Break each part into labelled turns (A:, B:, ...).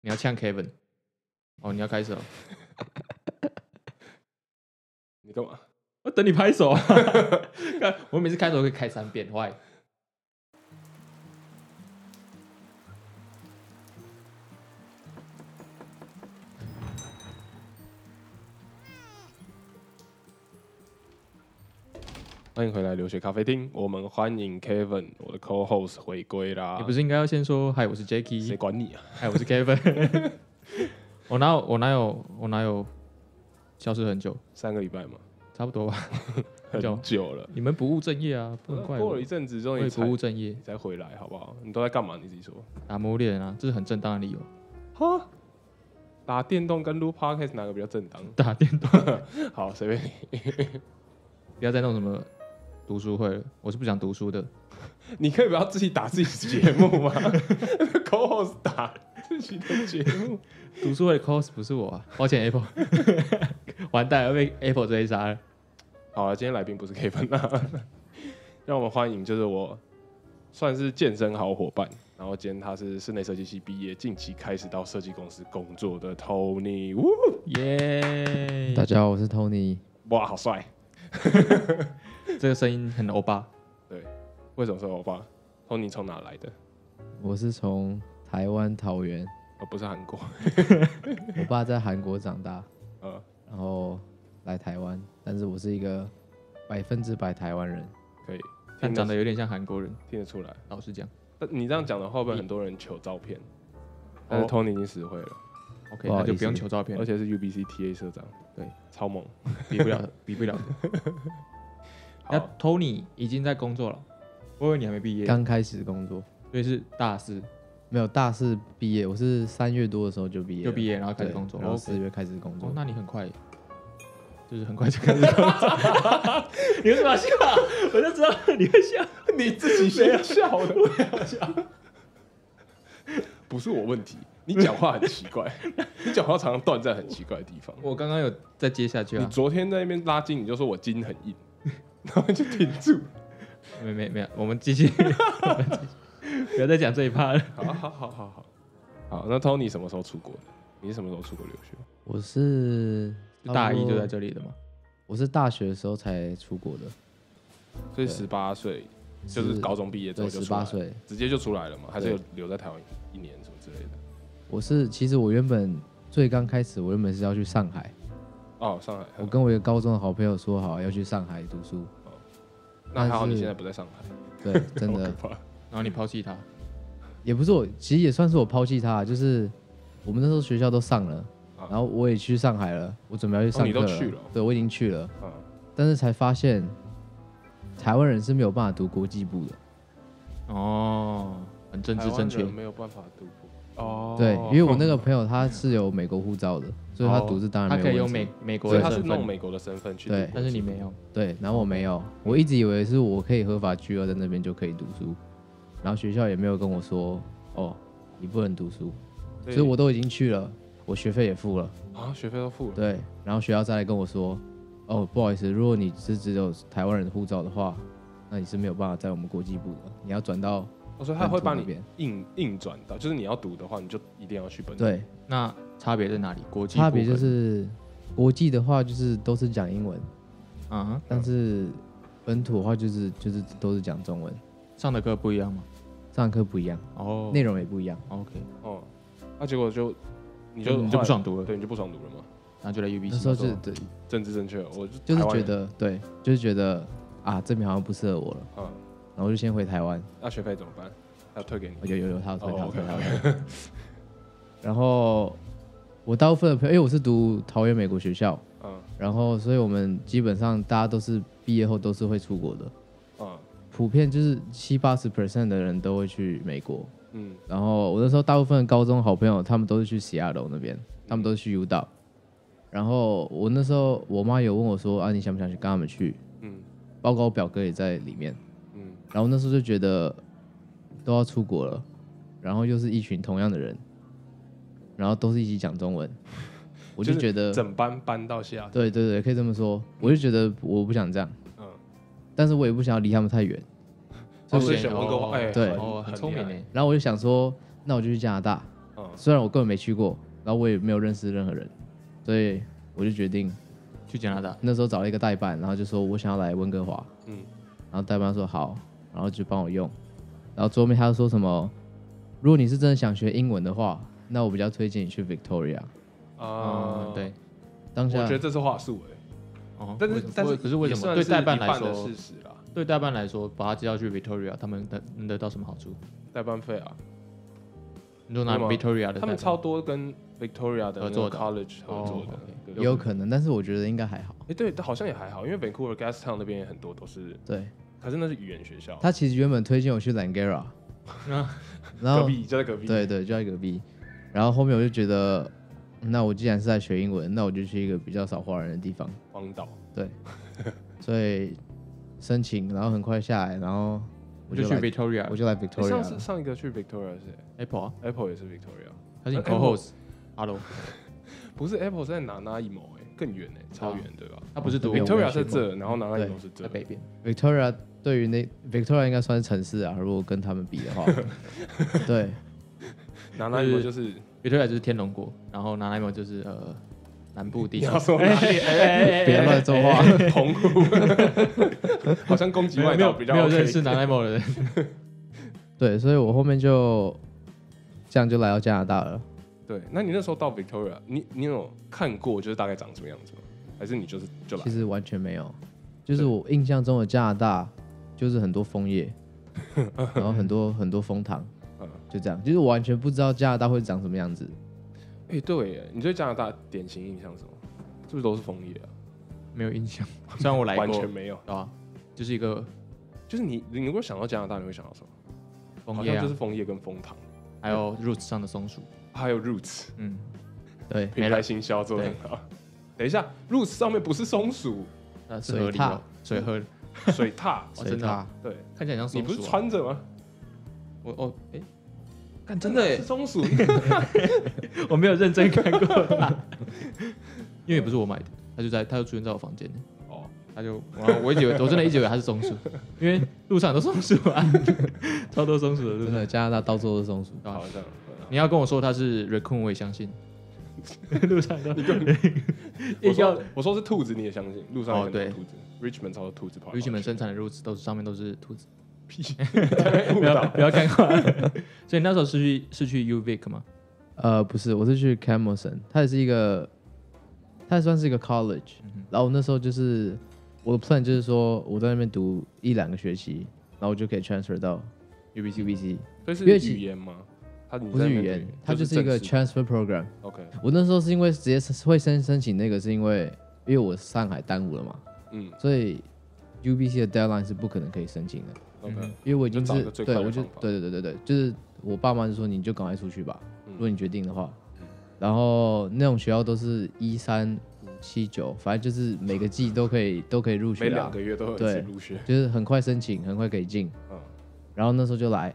A: 你要呛 Kevin？哦，你要开始哦，
B: 你干嘛？
A: 我等你拍手啊！看我每次开头会开三遍，坏。
B: 欢迎回来留学咖啡厅，我们欢迎 Kevin，我的 co-host 回归啦。
A: 你不是应该要先说嗨，我啊是
B: 谁
A: Jacky，
B: 管你啊？
A: 嗨，我是 Kevin。我哪有我哪有我哪有消失很久，
B: 三个礼拜嘛，
A: 差不多吧？
B: 很
A: 久
B: 久了。
A: 你们不务正业啊，不能怪
B: 过
A: 我
B: 了一。阵子，
A: 我
B: 终于
A: 也
B: 才
A: 不务正业
B: 你，才回来，好不好？你都在干嘛？你自己说。
A: 打魔物猎人啊，这是很正当的理由。
B: 哈，打电动跟录 podcast 哪个比较正当？
A: 打电动，
B: 好，随便你。
A: 不要再弄什么读书会了，我是不想读书的。
B: 你可以不要自己打自己的节目 吗 ？co-host 打自己的节目，
A: 读书会的 cos 不是我啊，抱歉 Apple，完蛋了，被 Apple 追杀了。
B: 好了，今天来宾不是 Kevin 啊， 让我们欢迎就是我算是健身好伙伴，然后今天他是室内设计系毕业，近期开始到设计公司工作的 Tony，呜
A: 耶！
C: 大家好，我是 Tony。
B: 哇，好帅！
A: 这个声音很欧 巴，
B: 为什么说欧巴？Tony 从哪来的？
C: 我是从台湾 桃园，
B: 哦，不是韩国，
C: 我爸在韩国长大，
B: 呃，
C: 然后来台湾，但是我是一个百分之百台湾人。
B: 可以，
A: 但
B: 听
A: 长
B: 得
A: 得有点像韩国人。
B: 听得出来。
A: 老实讲
B: 但你这样讲的话，会不会很多人求照片？但是 Tony 已经实惠了，
A: ，OK，
C: 不
A: 那
C: 好意思
A: 就
C: 哦
A: 不用求照片
B: 而
A: 了，
B: 且是 UBC TA 社长，
A: 对，
B: 超猛。
A: 比不了，比不了。 那
B: 好，
A: Tony 已经在工作了，我以为你还没毕业，
C: 刚开始工作，
A: 所以是大四
C: 没有大四毕业，我是三月多的时候就毕业了，
A: 就毕业，然后开
C: 对
A: 始工作。
C: 然后
A: OK
C: 四月开始工作
A: 哦，。那你很快，就是很快就开始工 作。你为什么要笑？我就知道你会笑。
B: 你自己先笑的， 不是我问题，你讲话很奇 怪，你讲话常常断在很奇怪的地方。
A: 我刚刚有再接下去
B: 你
A: 啊？
B: 昨天在那边拉筋，你就说我筋很 硬，然后就停住。
A: 没没没有，我们继续， 我们继续不要再讲这一 趴了。
B: 好好好好好，好，那 Tony 什么时候出国的？你是什么时候出国留学？
C: 我是
A: 大一就在
C: 差不多，
A: 这里的嘛，
C: 我是大学的时候才出国的，
B: 所以十八岁就是高中毕业之后
C: 对
B: 就
C: 十
B: 出来
C: 八
B: 了，
C: 岁。
B: 直接就出来了嘛？还是有
C: 对
B: 留在台湾一年什么之类的？
C: 我是其实我原本最刚开始，我原本是要去上海，
B: 哦，上海，
C: 我跟我一个高中的好朋友说好要去上海读书，
B: 那还好你
C: 但是
B: 现在不在上海，
C: 对，真的
B: 好可怕
A: 然后你抛弃他，
C: 也不是我，其实也算是我抛弃他，就是我们那时候学校都上了，
B: 啊
C: 然后我也去上海了，我准备要去上课、
B: 哦你都去了
C: 对我已经去了，
B: 嗯，
C: 但是才发现台湾人是没有办法读国际部的，
A: 哦，很政治正确
B: 台湾人。没有办法读博哦
C: 对，因为我那个朋友他是有美国护照的，所以他读是当
A: 他
C: 然
A: 可
B: 哦
C: 没
A: 以用
C: 有问
A: 美
C: 题。
A: 美国
B: 所以
A: 的
B: 他是
A: 身
B: 弄
A: 份，
B: 美国的身份去，
C: 对
A: 但是你没，有，
C: 对，然后我没有，我一直以为是我可以合法居二在那边就可以读书，然后学校也没有跟我说，哦，你不能读书，所以我都已经去了，我学费也付了。
B: 啊学费都付了，
C: 对，然后学校再来跟我说，哦，不好意思，如果你是只有台湾人的护照的话，那你是没有办法在我们国际部的，你要转到
B: 我哦说他会帮
C: 本土那
B: 你
C: 边
B: 硬硬转到，就是你要读的话，你就一定要去本土。
C: 对，
A: 那差别在哪里？国际
C: 差别
A: 部
C: 就
A: 分
C: 是国际的话就是都是讲英文，
A: 啊，
C: 但是本土的话就是就是都是讲中文，
A: 上的课不一样吗？
C: 上课不一样，
A: 哦，
C: 内容也不一样，
A: OK，
B: 哦，那结果就你
A: 你
B: 就
A: 你就不
B: 后来，
A: 爽读了，
B: 对，你就不爽读了嘛？
A: 然后就来 UBC。
C: 那时候就是对，
B: 政治正确，哦我就
C: 就是
B: 台湾
C: 觉
B: 人，
C: 得对，就是觉得啊这边好像不适合我了，
B: 嗯，
C: 然后就先回台湾，
B: 那学费怎么办？要退给你？
C: 我有有有他有推
B: 哦
C: 他有推
B: ，OK，
C: 他有推。然后我大部分的朋友，因为我是读桃园美国学校，
B: 嗯
C: 然后所以我们基本上大家都是毕业后都是会出国的，
B: 嗯
C: 普遍就是七八十 percent 的人都会去美国。
B: 嗯，
C: 然后我那时候大部分高中好朋友他们都是去西雅图那边，他们都是去 U 岛。然后我那时候我妈有问我说啊你想不想去跟他们去？
B: 嗯
C: 包括我表哥也在里面。
B: 嗯
C: 然后那时候就觉得都要出国了，然后又是一群同样的人，然后都是一起讲中文，我就
B: 就是
C: 觉得，
B: 整班搬到西雅图，
C: 对对对，可以这么说，我就觉得我不想这样，
B: 啊嗯，
C: 但是我也不想要离他们太远，
B: 哦
A: 哦
B: 所以
A: 选
B: 选温哥
A: 哦
B: 华，哎，
C: 对
A: 哦，很聪明
B: 厉害
A: 呢。
C: 然后我就想说，那我就去加拿大，
B: 嗯
C: 虽然我根本没去过，然后我也没有认识任何人，所以我就决定
D: 去加拿大，
C: 那时候找了一个代办，然后就说我想要来温哥华，
B: 嗯，
C: 然后代办说好，然后就帮我用，然后桌面他就说什么，如果你是真的想学英文的话，那我比较推荐你去 Victoria。
B: 啊
A: 哦
C: 哦
D: 嗯，，对，
C: 当
B: 我
C: 下
B: 觉得这是话术哎，
D: 哦，
B: 但是
D: 为
B: 但是
D: 为可是为什
B: 也算
D: 么对代办
B: 一
D: 来
B: 的
D: 说
B: 事，实啦，
D: 对代办来说，把他接到去 Victoria，他们得能得到什么好处？
B: 代办费啊，
D: 你说拿
B: 对吗
D: Victoria 的代办，
B: 他们超多跟 Victoria 的那个
D: 合作的
B: college 合作的
D: 哦，
B: 对
C: 也有可能，但是我觉得应该还好。
B: 哎、对，好像也还好，因为 Vancouver Gastown 那边也很多都是，
C: 对
B: 可是那是语言学校，
C: 他其实原本推荐我去 Langara，然
B: 啊隔
C: 后
B: 壁就在隔壁，
C: 对对就在隔壁，然后后面我就觉得，那我既然是在学英文，那我就去一个比较少华人的地方，
B: 荒岛，
C: 对，所以申请，然后很快下来，然后我
D: 我就
C: 就
D: 去
C: 来
D: Victoria，
C: 我就来
B: 诶上
C: Victoria
B: 次
C: 了。
B: 上一个去 Victoria 是谁
D: Apple 啊，
B: Apple 也是 Victoria，
D: 他是你
B: 呃，Apple
D: co-host。Hello，
B: 不是 Apple 是在哪那一某哎、更远哎、超远、对吧
D: 他不是读
C: 没有
B: Victoria
C: 我
B: 是
C: 没去过
B: 这，然后哪那一某
C: 对
B: 是这
D: 在，北边，
C: Victoria 对于那 Victoria 应该算是城市啊，如果跟他们比 的话，对
B: 哪那一某就是
D: 维多利亚就是天龙国，然后南莱姆就是呃南部地
B: 你
D: 区。
B: 要说哪里？哎
C: 别乱说话，
B: 澎湖，好像攻击
D: 没有
B: 外
D: 没
B: 岛
D: 有
B: 比
D: 没
B: 较
D: 有
B: OK
D: 认识南莱姆的人，
C: 对，所以我后面就这样就来到加拿大了。
B: 对，那你那时候到 Victoria，你你有看过就是大概长什么样子吗？还是你就是就来
C: 其？实完全没有，就是我印象中的加拿大就是很多枫 叶，然后很多很多枫糖
B: 嗯，
C: 就这样，就是我完全不知道加拿大会长什么样子。
B: 哎、对耶，你对加拿大典型印象是什么？是不是都是枫叶啊？
D: 没有印象。虽然我来过，
B: 完全没有。
D: 对吧？就是一个
B: 就是你，你如果想到加拿大，你会想到什么？
D: 枫
B: 好
D: 叶
B: 像
D: 啊
B: 就是，枫叶跟枫糖，
D: 还有 roots 上的松鼠。
B: 还有 Roots
D: 嗯，
C: 对，
D: 没
B: 品
D: 了
B: 牌行销做的很好。等一下，Roots 上面不是松 鼠，
D: 那是
C: 水
D: 河狸
C: 獭
D: 哦，水河，哦
B: 水獭。
C: 水
D: 真的啊，
B: 对，
D: 看起来很像松
B: 你不是
D: 鼠啊。
B: 穿着吗？
D: 我哦，哎，看真的耶
B: 是， 松鼠。
D: 我没有认真看过它，因为也不是我买的，它就在，它就出现在我房间里。
B: 哦，
D: 他就，然后我一直以为，我真的一直以为它是松鼠，因为路上很多松鼠啊， 超多松鼠的路
C: 真
D: 上。
C: 的加拿大到处都是松鼠。
D: 啊
B: 好像
D: 你要跟我说它是 raccoon，我也相信。路上都
B: 我
D: 硬要
B: 说我说是兔子，你也相信？路上有
D: 哦
B: 很多
D: 对
B: 兔子，Richmond 超多兔子跑来跑去。
D: 旅行 们生产的 roots 都是上面都是兔子，
B: 屁，在误
D: 不要
B: 导。
D: 不要看话。 所以那时候是去是去 UVic 吗？
C: 呃，不是，我是去 Camelson，它也是一个，它也算是一个 college、然
B: 嗯
C: 后我那时候就是我的 plan 就是说我在那边读一两个学期，然后我就可以 transfer 到 UBC UBC，
B: 所以是
C: 因为其
B: 语言吗？它你
C: 不
B: 在
C: 是
B: 那边
C: 语
B: 读
C: 言，它就是是一个
B: 正式
C: transfer program。
B: OK，
C: 我那时候是因为直接会申申请那个，是因为因为我上海耽误了嘛，
B: 嗯
C: 所以 UBC 的 deadline 是不可能可以申请的，
B: ，OK，嗯
C: 因为我已经
B: 就找一
C: 是
B: 个最快
C: 对
B: 的
C: 我就
B: 方法
C: 对对对对对，就是我爸妈就说你就赶快出去吧，
B: 嗯
C: 如果你决定的话，然后那种学校都是一三五七九，反正就是每个季都可以都可以入
B: 每
C: 学
B: 两
C: 啦，
B: 个月都有一次
C: 对
B: 入学。
C: 就是很快申请，很快可以进，
B: 嗯，
C: 然后那时候就来，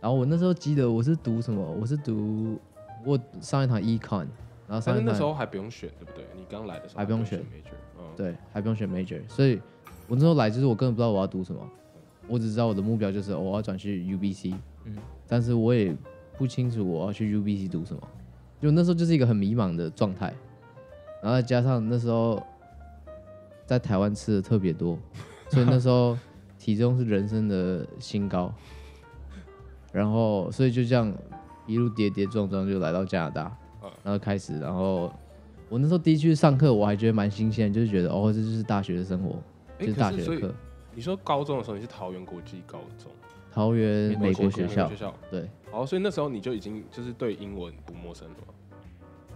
C: 然后我那时候记得我是读什么，我是读我上一堂 econ，然后
B: 但
C: 上
B: 是
C: 一
B: 那
C: 堂
B: 时候还不用选，对不对？你刚来的时候
C: 还不用
B: 选
C: 选
B: major，嗯，
C: 对，还不用选 major，所以我那时候来就是我根本不知道我要读什么，我只知道我的目标就是哦我要转去 UBC，
D: 嗯
C: 嗯，但是我也不清楚我要去 UBC 读什么，就那时候就是一个很迷茫的状态，然后再加上那时候在台湾吃的特别多，所以那时 候体重是人生的新高，然后所以就这样一路跌跌撞撞就来到加拿大
B: 嗯，
C: 然后开始，然后我那时候第一去上课，我还觉得蛮新鲜，就是觉得哦，这就是大学的生活，
B: 诶
C: 就是
B: 可
C: 大学
B: 所
C: 的
B: 以
C: 课。
B: 你说高中的时候你是桃园国际高中，
C: 桃园美国学校
B: 学，校，
C: 对，
B: 哦，所以那时候你就已经就是对英文不陌生了吗？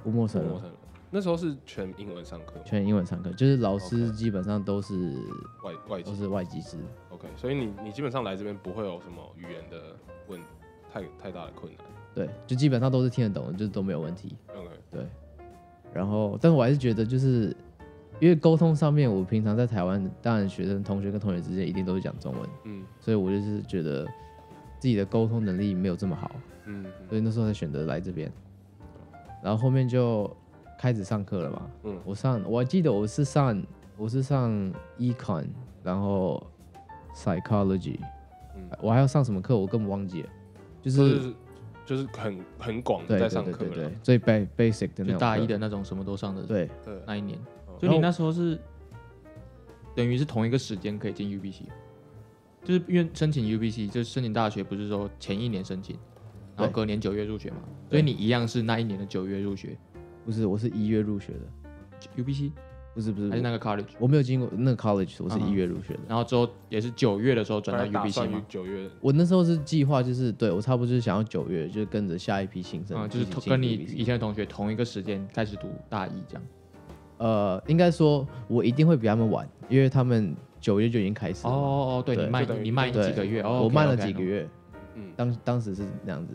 C: 不陌
B: 不
C: 生
B: 陌
C: 了，
B: 生了。那时候是全英文上课吗，
C: 全英文上课，就是老师
B: OK
C: 基本上都是
B: 外外
C: 都
B: 籍。
C: 是外籍师，
B: OK，所以你你基本上来这边不会有什么语言的问太太大的困难。
C: 对，就基本上都是听得懂的，就是都没有问题。
B: OK，
C: 然后，但是我还是觉得就是。因为沟通上面，我平常在台湾，当然学生、同学跟同学之间一定都是讲中文，
B: 嗯
C: 所以我就是觉得自己的沟通能力没有这么好，
B: 嗯
C: 所以那时候才选择来这边。然后后面就开始上课了嘛。
B: 嗯
C: 我上我还记得我是上我是上 econ，然后 psychology，
B: 嗯
C: 我还要上什么课我根本忘记了，就
B: 就是是就是很很广的
C: 对
B: 在
C: 对
B: 上
C: 对
B: 课
C: 对
B: 了
C: 对，，最 ba- basic 的那
A: 就
C: 种
A: 大一
C: 课
A: 的那种什么都上的
C: 对
B: 对，
A: 那一年，
B: 嗯
A: 所以你那时候是等于是同一个时间可以进 UBC，就是因为申请 UBC 就是申请大学不是说前一年申请，然
C: 对
A: 后隔年九月入学嘛，所以你一样是那一年的九月入学
C: 不是我是一月入学的，
A: UBC
C: 不是不是
A: 还是那个 college，
C: 我没有经过那个 college，我是
A: 嗯哼
C: 一月入学的。
A: 然后之后也是九月的时候转到
B: 本来打
A: UBC
B: 算于
A: 嘛，嗯
B: 九月，
C: 我那时候是计划，就是对我差不多就是想要九月，就是跟着下一批新生
A: 嗯，
C: 一
A: 就
C: 起
A: 是
C: 进 UBC，
A: 同跟你以前的同学同一个时间开始读大一这样。
C: 呃，应该说我一定会比他们晚，因为他们九月就已经开始
A: 哦
C: 了嘛，
A: 哦哦，对
C: 对
A: 你慢
B: 就等于
A: 你慢
C: 对
A: 几个月哦，
C: 我
A: OK，
C: 慢了
A: OK，
C: 几个
A: OK
C: 月，
B: 嗯，
C: 当当时是那样子，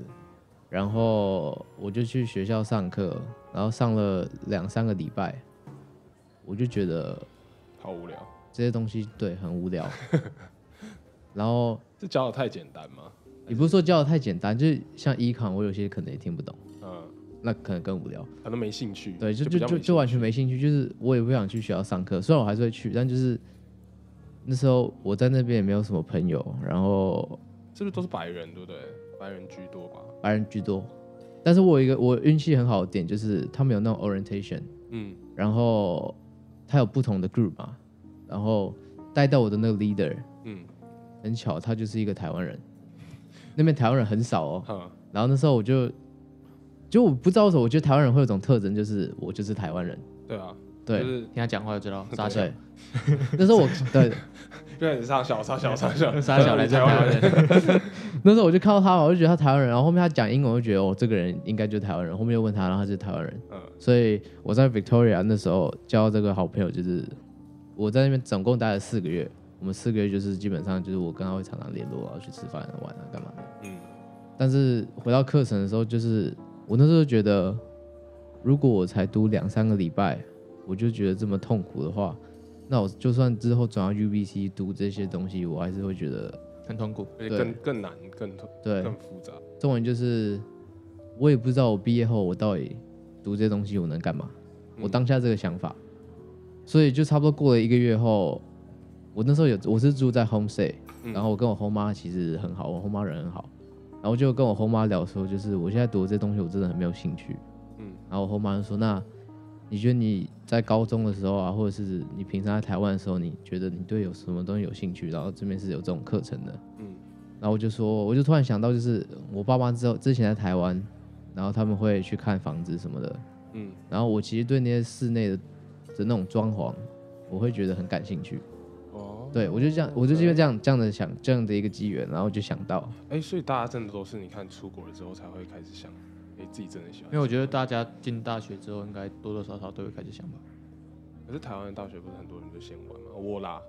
C: 然后我就去学校上课，然后上了两三个礼拜，我就觉得
B: 好无聊，
C: 这些东西对很 无聊，然后
B: 这教的太简单吗？
C: 也不是说教的太简单，就是像 econ 我有些可能也听不懂，
B: 嗯，
C: 那可能更无聊。
B: 可能没兴趣，
C: 对，就
B: 比
C: 就
B: 较
C: 就
B: 没
C: 就完
B: 兴
C: 全没兴趣，就是我也不想去学校上课，虽然我还是会去，但就是那时候我在那边也没有什么朋友，然后
B: 趣，是不是都是白人，对不对？白人居多吧，
C: 白人居多，但是我有一个我运气很好的点就是他们有那种 orientation，
B: 嗯，
C: 然后他有不同的 group 嘛，然后带到我的那个 leader，
B: 嗯，
C: 很巧他就是一个台湾人，那边台湾人很少哦，
B: 哈，
C: 然后那时候我就就我不知道为什么，我觉得台湾人会有种特征，就是我就是台湾人，
B: 对啊，
C: 对。
B: 就是
A: 听他讲话就知道，傻小
C: 对，那时候我对
B: 就很上小，上小，上小，
A: 傻小来自台湾人，
C: 那时候我就看到他嘛，我就觉得他台湾人，然后后面他讲英文，我就觉得哦，这个人应该就是台湾人。后面又问他，然后他就是台湾人。
B: 嗯，
C: 所以我在 Victoria 那时候交这个好朋友，就是我在那边总共待了四个月。我们四个月就是基本上就是我跟他会常常联络，然后去吃饭、玩啊、干嘛的。
B: 嗯，
C: 但是回到课程的时候，就是我那时候觉得，如果我才读两三个礼拜，我就觉得这么痛苦的话，那我就算之后转到 UBC 读这些东西，我还是会觉得
A: 很痛苦。
B: 而且
C: 对
B: 更更难，更
C: 对。
B: 更复杂，嗯
C: 重点就是，我也不知道我毕业后我到底读这些东西我能干嘛，
B: 嗯
C: 我当下这个想法，所以就差不多过了一个月后，我那时候有我是住在 homestay，
B: 嗯
C: 然后我跟我后妈其实很好，我后妈人很好，然后就跟我后妈聊说，就是我现在读的这些东西我真的很没有兴趣，
B: 嗯，
C: 然后我后妈就说那。你觉得你在高中的时候啊，或者是你平常在台湾的时候，你觉得你对有什么东西有兴趣？然后这边是有这种课程的，
B: 嗯，
C: 然后我就说，我就突然想到，就是我爸妈之后之前在台湾，然后他们会去看房子什么的，
B: 嗯，
C: 然后我其实对那些室内的的那种装潢，我会觉得很感兴趣。
B: 哦，
C: 对我就这样，我就是因为这样这样的想这样的一个机缘，然后就想到，
B: 哎，所以大家真的都是你看出国了之后才会开始想，哎，自己真的喜欢，
A: 因为我觉得大家进大学之后，应该多多少少都会开始想吧。
B: 可是台湾的大学不是很多人就先玩吗？我啦，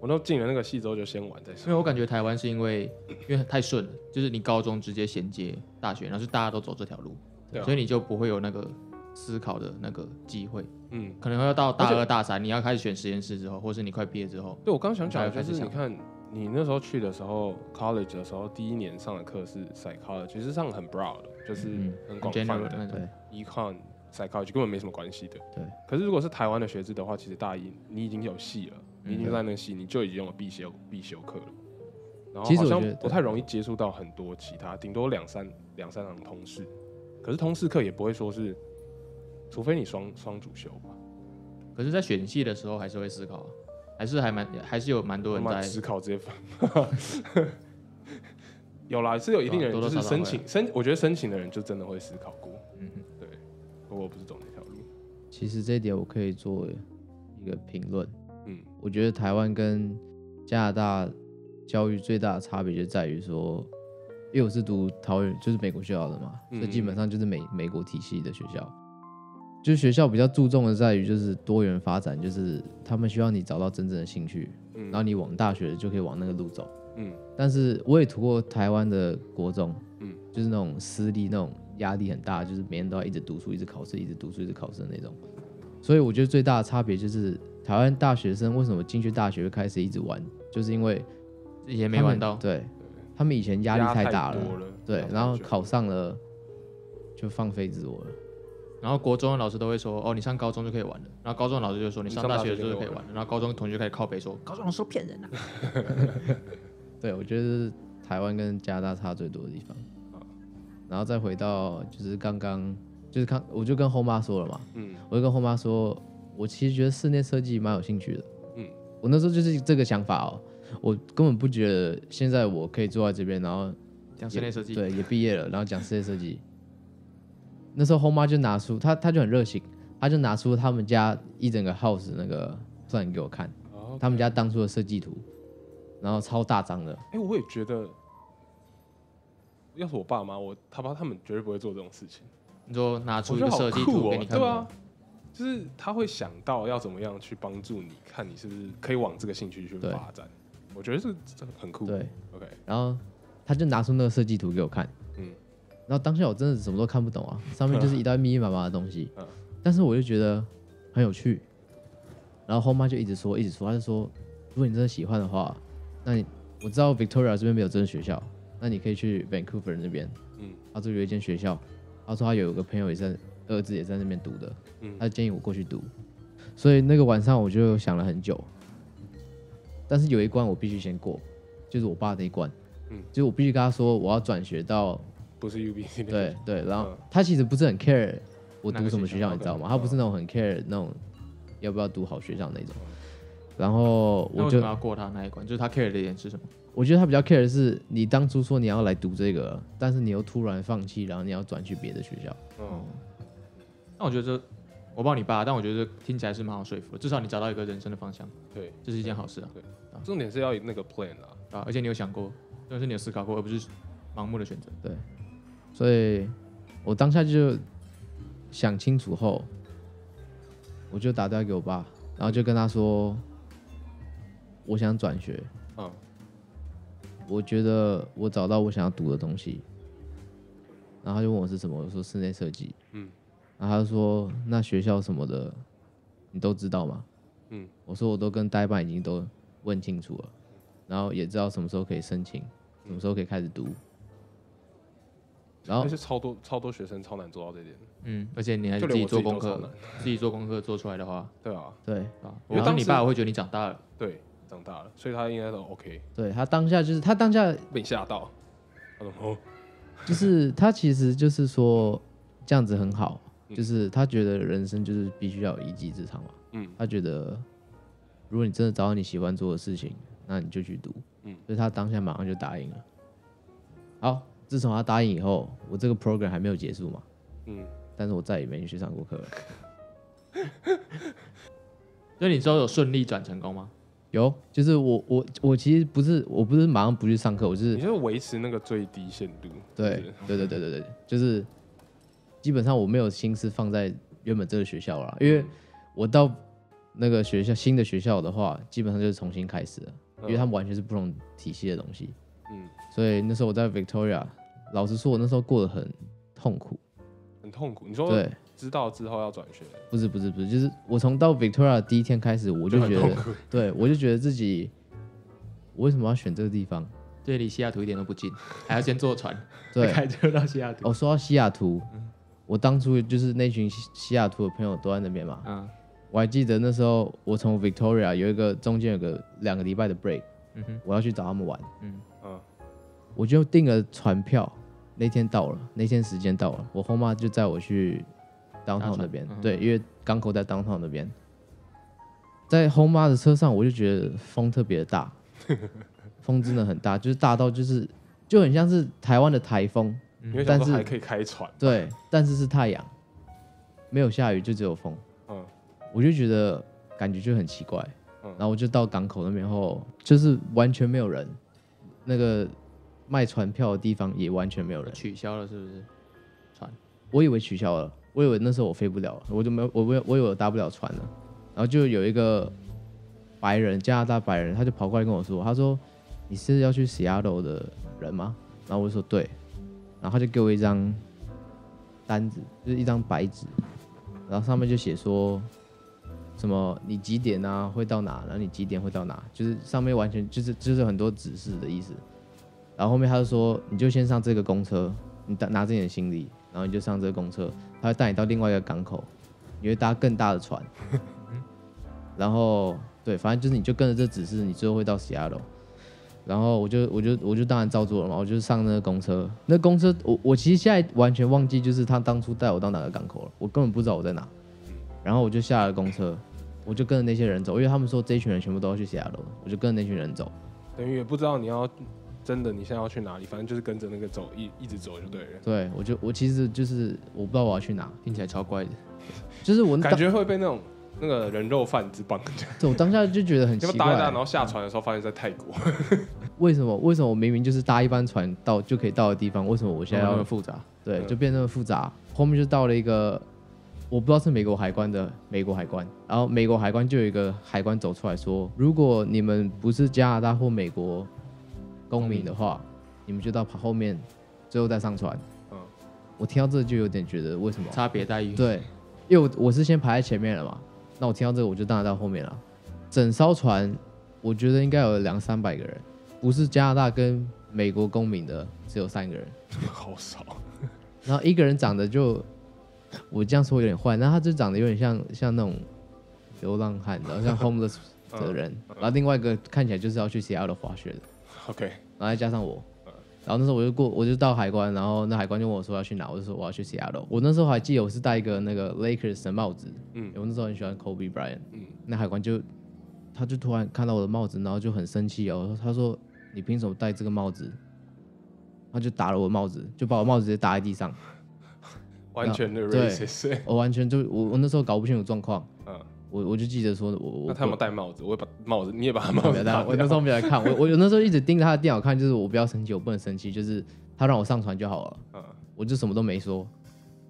B: 我都进了那个系之后就先玩再
A: 因
B: 说。
A: 为我感觉台湾是因为因为太顺了，就是你高中直接衔接大学，然后是大家都走这条路，
B: 对啊
A: 所以你就不会有那个思考的那个机会。
B: 嗯，
A: 可能要到
B: 而
A: 大
B: 且
A: 二大三，你要开始选实验室之后，或是你快毕业之后，
B: 对我刚想讲的
A: 大家开
B: 就
A: 始
B: 是，你
A: 想
B: 看你那时候去的时候，college 的时候，第一年上的课是 psychology，其实上得很 broad，的就是
C: 嗯
B: 很
A: 很
B: 广
A: general
B: 泛
A: 的
B: 的
A: 那种。
C: 对
B: econ、psychology 根本没什么关系的。
C: 对。
B: 可是如果是台湾的学制的话，其实大一你已经有系了，你已经
C: 嗯
B: 在那个系，你就已经有必修必修课了。然后
C: 其实
B: 好
C: 我
B: 像
C: 觉得
B: 不太容易接触到很多其他，顶多两三两三堂通识。可是通识课也不会说是，除非你双双主修吧。
A: 可是，在选系的时候还是会思考啊，还是还蛮还是有蛮多人
B: 他妈
A: 在
B: 只考直接放。 有啦，是有一定的人
A: 多
B: 就
A: 多
B: 是
A: 少少会
B: 申
A: 啊
B: 请申，我觉得申请的人就真的会思考过。
A: 嗯哼
B: 对，我不是走那条路。
C: 其实这一点我可以做一个评论。
B: 嗯
C: 我觉得台湾跟加拿大教育最大的差别就在于说，因为我是读桃园，就是美国学校的嘛，
B: 嗯
C: 所以基本上就是美美国体系的学校。就是学校比较注重的在于就是多元发展，就是他们希望你找到真正的兴趣，
B: 嗯，
C: 然后你往大学就可以往那个路走。
B: 嗯
C: 但是我也读过台湾的国中，
B: 嗯
C: 嗯，就是那种私立那种压力很大，就是每天都要一直读书、一直考试、一直读书、一直考试的那种。所以我觉得最大的差别就是，台湾大学生为什么进去大学会开始一直玩，就是因为
A: 以前没
C: 他们
A: 玩到，
C: 对他们以前压力
B: 压
C: 太
B: 太
C: 大了，
B: 多了
C: 对
B: 压，太
C: 然后
B: 久
C: 考上了就放飞自我了。
A: 然后国中的老师都会说，哦，你上高中就可以玩了。然后高中的老师就说，你上
B: 你上
A: 大
B: 大
A: 学的
B: 学
A: 时候就可以
B: 就可以
A: 玩了。然后高中同学就开始靠北说，高中老师都骗人啊。
C: 对，我觉得这是台湾跟加拿大差最多的地方。然后再回到就是刚刚就是看我就跟后妈说了嘛，
B: 嗯
C: 我就跟后妈说，我其实觉得室内设计蛮有兴趣的。
B: 嗯
C: 嗯，我那时候就是这个想法哦，我根本不觉得现在我可以坐在这边，然后
A: 讲室内设计，
C: 对也毕业了，然后讲室内设计。那时候后妈就拿出她，她就很热情，她就拿出他们家一整个 house 那个算给我看，
B: 哦
C: 他们家当初的设计图，然后超大张的，
B: 哎、我也觉得，要是我爸妈，我他妈他们绝对不会做这种事情。
A: 你说拿出
B: 我
A: 一
B: 觉
A: 个
B: 得
A: 设
B: 好
A: 计
B: 酷
A: 图
B: 哦、
A: 给你看
B: 对，啊，就是他会想到要怎么样去帮助你，看你是不是可以往这个兴趣去
C: 对
B: 发展。我觉得是这很酷。
C: 对，
B: ，OK，
C: 然后她就拿出那个设计图给我看，
B: 嗯，
C: 然后当下我真的什么都看不懂啊，上面就是一大密密麻麻的东西
B: 嗯，
C: 但是我就觉得很有趣。然后后妈就一直说，一直说，她就说，如果你真的喜欢的话，那你我知道 Victoria 这边没有真的学校，那你可以去 Vancouver 那边，
B: 嗯
C: 她这里有一间学校，她说她有一个朋友也在儿子也在那边读的，
B: 嗯
C: 她就建议我过去读，所以那个晚上我就想了很久，但是有一关我必须先过，就是我爸那一关，
B: 嗯
C: 就是我必须跟他说我要转学到
B: 不是 UBC 那
C: 对
B: 个，
C: 对，然后
B: 嗯
C: 他其实不是很 care 我
A: 哪
C: 读
A: 个
C: 什么
A: 学
C: 学
A: 校
C: 校，你知道吗？
B: ？OK，
C: 他不是那种很 care 那种要不要读好学校那种。然后
A: 那
C: 我
A: 为什
C: 就
A: 么要过他那一关？就是他 care 的点是什么？
C: 我觉得他比较 care 的是，你当初说你要来读这个，但是你又突然放弃，然后你要转去别的学校。
B: 嗯，
A: 那我觉得这，我不知道你爸，但我觉得这听起来是蛮好说服的，至少你找到一个人生的方向，
B: 对，
A: 这是一件好事啊，
B: 重点是要有那个 plan 啊。
A: 对吧？而且你有想过，但是你有思考过，而不是盲目的选择。
C: 所以我当下就想清楚后，我就打电话给我爸，然后就跟他说，我想转学，
B: 嗯，
C: 我觉得我找到我想要读的东西，然后他就问我是什么，我说室内设计，
B: 嗯
C: 嗯，然后他就说那学校什么的你都知道吗？
B: 嗯
C: 嗯，我说我都跟代办已经都问清楚了，然后也知道什么时候可以申请，什么时候可以开始读，然后
B: 而且超多超多学生超难做到这点，
A: 嗯，而且你还
B: 就是连
A: 自己做
B: 我自己
A: 功
B: 都超
A: 课
B: 难，。
A: 自己做功课做出来的话，
B: 对啊，
C: 对
A: 对吧？
B: 因
A: 我
B: 为
A: 当
B: 当
A: 你
B: 时
A: 爸会觉得你长大了，
B: 对，长大了，所以他应该都 OK，
C: 对，他当下就是他当下
B: 被你吓到。 他说哦，
C: 就是他其实就是说这样子很好，
B: 嗯
C: 就是他觉得人生就是必须要有一技之长嘛。
B: 嗯
C: 他觉得如果你真的找到你喜欢做的事情，那你就去读。
B: 嗯
C: 嗯，所以他当下马上就答应了。好，自从他答应以后，我这个 program 还没有结束嘛，
B: 嗯，
C: 但是我再也没去上过课了。
A: 所以你之后有顺利转成功吗？
C: 有，就是我我我其实不是我不是马上不去上课，我是
B: 你就维持那个最低限度。
C: 对
B: 就是
C: 对对对对对，就是基本上我没有心思放在原本这个学校了，因为
B: 嗯
C: 我到那个学校新的学校的话，基本上就是重新开始了，因为他们完全是不同体系的东西。
B: 嗯
C: 所以那时候我在 Victoria，老实说，我那时候过得很痛苦。
B: 嗯很痛苦。你说
C: 对，
B: 知道之后要转学，
C: 不是不是不是，就是我从到 Victoria 的第一天开始，我就
B: 很
C: 觉
B: 痛
C: 得，
B: 苦。
C: 对我就觉得自己，我为什么要选这个地方？
A: 对，离西雅图一点都不近，还要先坐船，
C: 对，
A: 开车到西雅图。
C: 哦，说到西雅图，我当初就是那群西西雅图的朋友都在那边嘛，
A: 嗯
C: 我还记得那时候我从 Victoria 有一个中间有个两个礼拜的 break，
A: 嗯哼
C: 我要去找他们玩，
A: 嗯，
B: 嗯
C: 我就订了船票，那天到了，那天时间到了，我后妈就载我去 downtown
A: Downtown，
C: 那边
A: 嗯，
C: 对，因为港口在 downtown 那边，在后妈的车上，我就觉得风特别的大，风真的很大，就是大到就是就很像是台湾的台风，
A: 嗯
B: 因为想
C: 但
B: 说
C: 是
B: 还可以开船。
C: 对，但是是太阳，没有下雨，就只有风，
B: 嗯
C: 我就觉得感觉就很奇怪。
B: 嗯
C: 然后我就到港口那边后，就是完全没有人，那个卖船票的地方也完全没有人。
A: 取消了是不是？
C: 我以为取消了，我以为那时候我飞不了了，我就没有，我我我以为我搭不了船了。然后就有一个白人，加拿大白人，他就跑过来跟我说，他说你是要去 Seattle 的人吗？然后我就说对，然后他就给我一张单子，就是一张白纸，然后上面就写说什么你几点啊会到哪，然后你几点会到哪，就是上面完全就是就是很多指示的意思。然后后面他就说你就先上这个公车，你拿拿着你的行李，然后你就上这个公车，他会带你到另外一个港口，你会搭更大的船，
B: 嗯
C: 然后对，反正就是你就跟着这指示，你最后会到 Seattle。然后我就我就我就当然照做了嘛，我就上那个公车。那公车我我其实现在完全忘记，就是他当初带我到哪个港口了，我根本不知道我在哪。
B: 嗯
C: 然后我就下了公车，我就跟着那些人走，因为他们说这一群人全部都要去西雅图，我就跟着那群人走。
B: 等于也不知道你要真的你现在要去哪里，反正就是跟着那个走，一一直走就对了。
C: 对，我就我其实就是我不知道我要去哪，
A: 听起来超怪的。
C: 就是我当
B: 感觉会被那种那个人肉贩子绑架，
C: 我当下就觉得很
B: 要
C: 奇
B: 不
C: 怪、
B: 搭一搭，然后下船的时候发现在泰国，
C: 为什么为什么我明明就是搭一班船到就可以到的地方，为什么我
A: 我
C: 现
A: 现
C: 在
A: 在
C: 要
A: 要复杂，
C: 对，
B: 嗯
C: 就变那么复杂。后面就到了一个我不知道是美国海关的美国海关，然后美国海关就有一个海关走出来说，如果你们不是加拿大或美国公民的话，你们就到后面最后再上船。
B: 嗯
C: 我听到这就有点觉得为什么？
A: 差别待遇。
C: 对，因为我我是先排在前面了嘛，那我听到这个我就当然到后面了。整艘船我觉得应该有两三百个人，不是加拿大跟美国公民的只有三个人。
B: 好少。
C: 然后一个人长得就，我这样说有点坏，然后他就长得有点像像那种流浪汉，然后像 homeless 的人，然后另外一个看起来就是要去 Seattle 滑雪的，
B: OK，
C: 然后再加上我，然后那时候我就过，我就到海关，然后那海关就问我说要去哪，我就说我要去 Seattle。我那时候还记得我是戴一个那个 Lakers 的帽子，
B: 嗯
C: 我那时候很喜欢 Kobe Bryant，
B: 嗯
C: 那海关就他就突然看到我的帽子，然后就很生气哦，他说你凭什么戴这个帽子？他就打了我的帽子，就把我帽子直接打在地上。
B: 完全的
C: 对
B: racist。
C: 我完全就我我那时候搞不清楚状况，
B: 嗯，
C: 我我就记得说我我
B: 那他有没有戴帽子？我会把帽子，你也把 他帽
C: 我没
B: 子
C: 有
B: 打
C: 戴我那时
B: 掉。
C: 候没有来看，我我我那时候一直盯着他的电脑看，就是我不要生气，我不能生气，就是他让我上船就好了，
B: 嗯，
C: 我就什么都没说。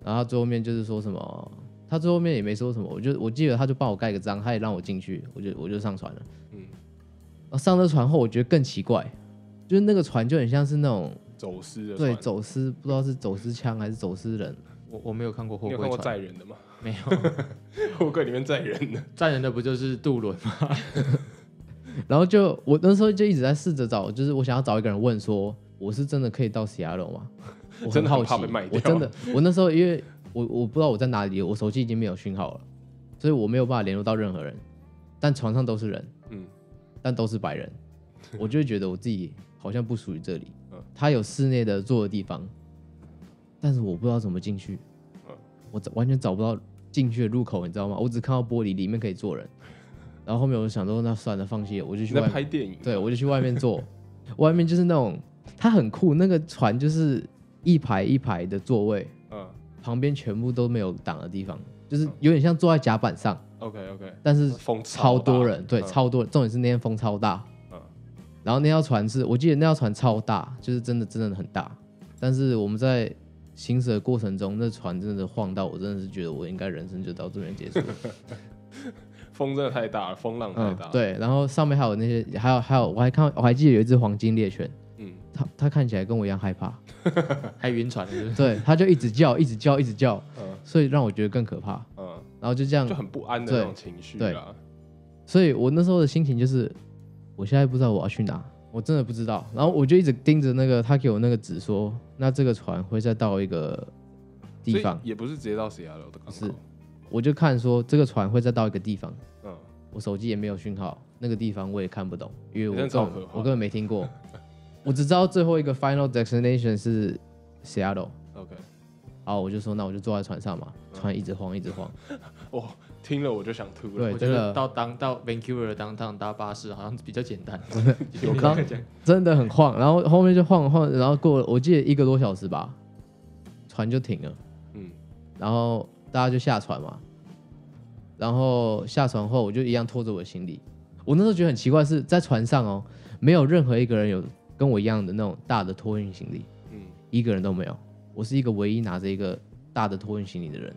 C: 然后他最后面就是说什么，他最后面也没说什么，我就我记得他就帮我盖个章，他也让我进去，我就我就上船了。
B: 嗯
C: 然后上了船后，我觉得更奇怪，就是那个船就很像是那种
B: 走私的
C: 对
B: 船。
C: 走私，不知道是走私枪还是走私人，
A: 我我没有看过货
B: 你有看
A: 柜
B: 过载
A: 船，
B: 人的吗？
A: 没有
B: 货柜里面载人的，
A: 载人的不就是渡轮 吗？
C: 然后就我那时候就一直在试着找，就是我想要找一个人问说，我是真的可以到 s e a t 吗？我
B: 真的
C: 好
B: 很怕
C: 奇
B: 被卖，掉啊
C: 我真的，我那时候因为我我不知道我在哪里，我手机已经没有讯号了，所以我没有办法联络到任何人，但床上都是人，
B: 嗯，
C: 但都是白人，我就会觉得我自己好像不属于这里
B: 嗯。
C: 他有室内的坐的地方，但是我不知道怎么进去
B: 嗯，
C: 我找完全找不到进去的入口，你知道吗？我只看到玻璃里面可以 坐人，然后后面我就想说，那算了，放弃了，我就
B: 你
C: 去外
B: 在
C: 面
B: 拍电影？
C: 对，我就去外面坐， 外面就是那种它很酷，那个船就是一排一排的座位，
B: 嗯
C: 旁边全部都没有挡的地方，就是有点像坐在甲板上，
B: ，OK OK，
C: 但是
B: 风
C: 超
B: 大
C: 多人，对，
B: 嗯
C: 超多人，重点是那天风超大，
B: 嗯
C: 然后那条船是我记得那条船超大，就是真的真的很大，但是我们在行驶的过程中，那船真的晃到我，真的是觉得我应该人生就到这边结束了。
B: 风真的太大了，风浪太
C: 嗯
B: 大。，，
C: 对，然后上面还有那些，还有还有，我还看我还记得有一只黄金猎犬，
B: 嗯，
C: 它它看起来跟我一样害怕。
A: 还晕船的是不是，
C: 对，他就一直叫，一直叫，一直叫，
B: 嗯
C: 所以让我觉得更可怕。
B: 嗯，
C: 然后就这样
B: 就，很不安的
C: 对
B: 那种情绪啊啦。
C: 所以我那时候的心情就是，我现在不知道我要去哪，我真的不知道。然后我就一直盯着那个他给我那个纸说，那这个船会再到一个地
B: 所以
C: 方，
B: 也不是直接到 C L 的港
C: 是
B: 口，
C: 我就看说这个船会再到一个地方，
B: 嗯，
C: 我手机也没有讯号，那个地方我也看不懂，因为我
B: 真的
C: 根
B: 超
C: 本
B: 可怕
C: 我根本没听过，我只知道最后一个 final destination 是 Seattle。
B: OK，
C: 然后我就说，那我就坐在船上嘛，船一直晃，一直晃。
B: 哇，听了我就想吐了。
C: 对
A: 我觉
C: 真的
A: 得到当到 Vancouver 当趟搭巴士好像比较简单，
C: 有刚真的很晃，然后后面就晃晃，然后过了我记得一个多小时吧，船就停了，
B: 嗯，
C: 然后大家就下船嘛，然后下船后我就一样拖着我的行李，我那时候觉得很奇怪是在船上哦，没有任何一个人有跟我一样的那种大的托运行李，
B: 嗯，
C: 一个人都没有，我是一个唯一拿着一个大的托运行李的人，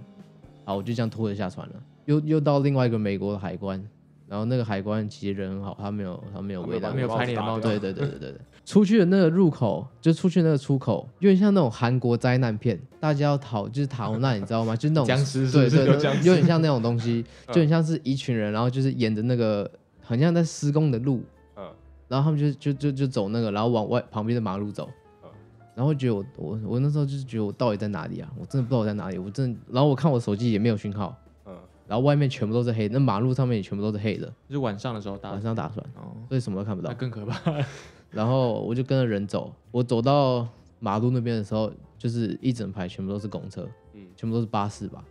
C: 好，我就这样拖着下船了，又又到另外一个美国的海关，然后那个海关其实人很好，他没有他没有
B: 他
C: 围
B: 把
C: 栏
A: 没有
B: 帽子
A: 拍你的
B: 打
A: 帽子
B: 掉
C: 对对对 对对对，出去的那个入口，就出去那个出口，有点像那种韩国灾难片，大家要逃就是逃难，你知道吗？就是那 种
A: 僵尸是不
C: 对
A: 是
C: 对
B: 有
C: 对，
B: 僵尸
C: 有点像那种东 西，
B: 嗯
C: 就很像是一群人，然后就是沿着那个很像在施工的路，
B: 嗯，
C: 然后他们就就就就走那个，然后往外旁边的马路走
B: 嗯，
C: 然后觉得我我我那时候就是觉得我到底在哪里啊？我真的不知道我在哪里，我真的，然后我看我手机也没有讯号，
B: 嗯，
C: 然后外面全部都是黑，那马路上面也全部都是黑的，
A: 就是晚上的时候搭
C: 晚。上打算，
A: 哦，
C: 所以什么都看不到
A: 那。更可怕。
C: 然后我就跟着人走，我走到马路那边的时候，就是一整排全部都是公车，
B: 嗯，
C: 全部都是巴士吧。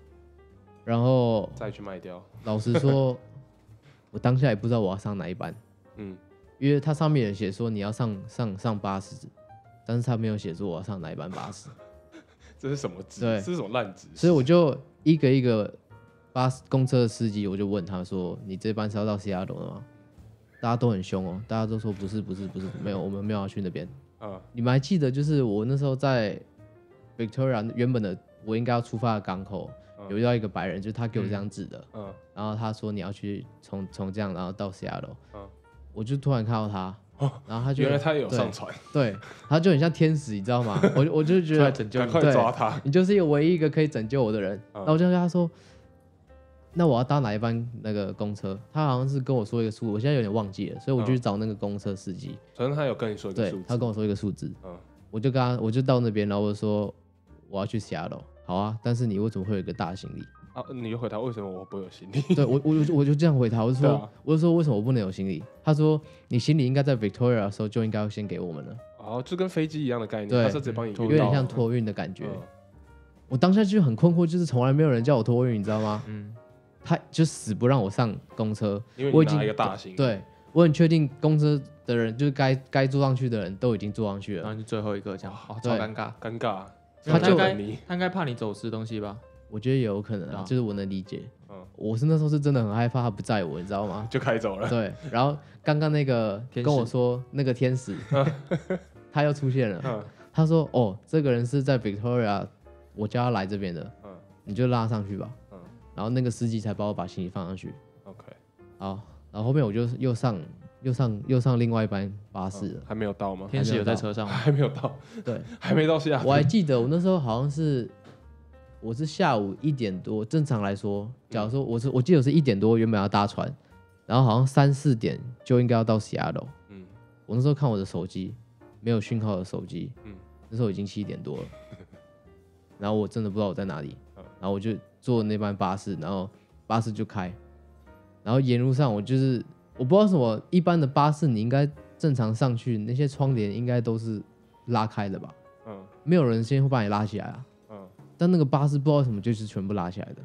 C: 然后
B: 再去卖掉，
C: 老实说，我当下也不知道我要上哪一班，
B: 嗯，
C: 因为它上面有写说你要上上上巴士，但是它没有写说我要上哪一班巴士，
B: 这是什么纸？
C: 对
B: 这是什么烂纸？
C: 所以我就一个一个巴士公车的司机，我就问他说：“你这班是要到西雅图的吗？”大家都很凶哦，大家都说不是不是不是，没有我们没有要去那边。
B: 啊，
C: 你们还记得，就是我那时候在 Victoria 原本的我应该要出发的港口，
B: 嗯
C: 有遇到一个白人，就是他给我这张纸的，
B: 嗯，
C: 然后他说你要去从从这样，然后到 Seattle，、
B: 嗯哦
C: 我就突然看到他，然后他就
B: 原来他也有
C: 对
B: 上传，
C: 对，他就很像天使，你知 道吗？我就我就觉
A: 出来
C: 得
A: 拯救
B: 赶
A: 你。
B: 快
C: 对
B: 抓他，
C: 你就是一个唯一一个可以拯救我的人，
B: 嗯
C: 然后我就跟他说。那我要搭哪一班那个公车？他好像是跟我说一个数，我现在有点忘记了，所以我就去找那个公车司机。
B: 反正他有跟你说嗯一个
C: 对
B: 数字，
C: 他跟我说一个数字，
B: 嗯
C: 我就跟他，我就到那边，然后我就说我要去 Seattle，好啊，但是你为什么会有一个大行 李？
B: 啊，你又回答为什么我不会有行李？
C: 对我，我就我就这样回他，我就说、
B: 对啊
C: 我就说为什么我不能有行李？他说你行李应该在 Victoria 的时候就应该要先给我们了，
B: 哦，就跟飞机一样的概念，
C: 对
B: 他是直接帮你
A: 有
C: 有
B: 运
C: 点
B: 到
C: 像托运的感觉。
B: 嗯
C: 我当下就很困惑，就是从来没有人叫我托运，你知道吗？
A: 嗯，
C: 他就死不让我上公车，
B: 因为
C: 我
B: 你
C: 已经
B: 拿一个大型，，
C: 对我很确定公车的人就是该该坐上去的人都已经坐上去
A: 然
B: 嗯
C: 了。
A: 后就最后一个这样，哦，
C: 对
A: 超尴尬。
B: 尴尬，
C: 他就
B: 没有人等你，
A: 他应该怕你走私东西吧？
C: 我觉得也有可能
A: 啊，
C: 啊就是我能理解。
B: 嗯
C: 我是那时候是真的很害怕他不载我，你知道 吗？
B: 就开走了，
C: 对，然后刚刚那个
A: 天使
C: 跟我说那个天使，他又出现了。
B: 嗯
C: 他说：“哦，这个人是在 Victoria，我叫他来这边的，
B: 嗯
C: 你就拉上去吧。
B: 嗯”
C: 然后那个司机才帮我把行李放上去。
B: ，OK，
C: 好，然后后面我就又上又上又上另外一班巴士了。
B: 嗯还没有
C: 哦
B: 到吗？
A: 天使有在车上吗？
B: 还没有到，
C: 对，
B: 还没到西雅图
C: 我还记得我那时候好像是我是下午一点多，正常来说，假如说我是我记得我是一点多原本要搭船，然后好像三四点就应该要到 Seattle。
B: 嗯，
C: 我那时候看我的手机，没有讯号的手机，
B: 嗯
C: 那时候已经七点多 了，然后我真的不知道我在哪里，
B: 嗯
C: 然后我就坐那班巴士，然后巴士就开，然后沿路上我就是我不知道为什么，一般的巴士你应该正常上去，那些窗帘应该都是拉开的吧，
B: 嗯
C: 没有人先会把你拉起来啊，
B: 嗯
C: 但那个巴士不知道为什么就是全部拉起来的，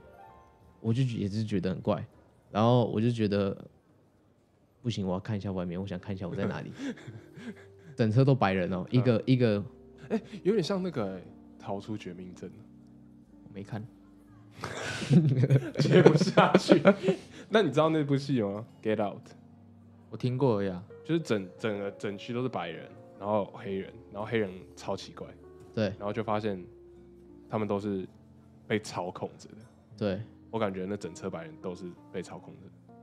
C: 我就也是觉得很怪，然后我就觉得不行，我要看一下外面，我想看一下我 在哪里。整车都白人哦，
B: 嗯
C: 一个一个，
B: 有点像那个欸逃出绝命镇，
A: 我没看，
B: 接不下去。 那你知道那部戏吗？Get Out，
A: 我听过而已啊。
B: 就是整整个整区都是白人，然后黑人，然后黑人超奇怪，
C: 对
B: 然后就发现他们都是被操控着的。
C: 对，
B: 我感觉那整车白人都是被操控着的。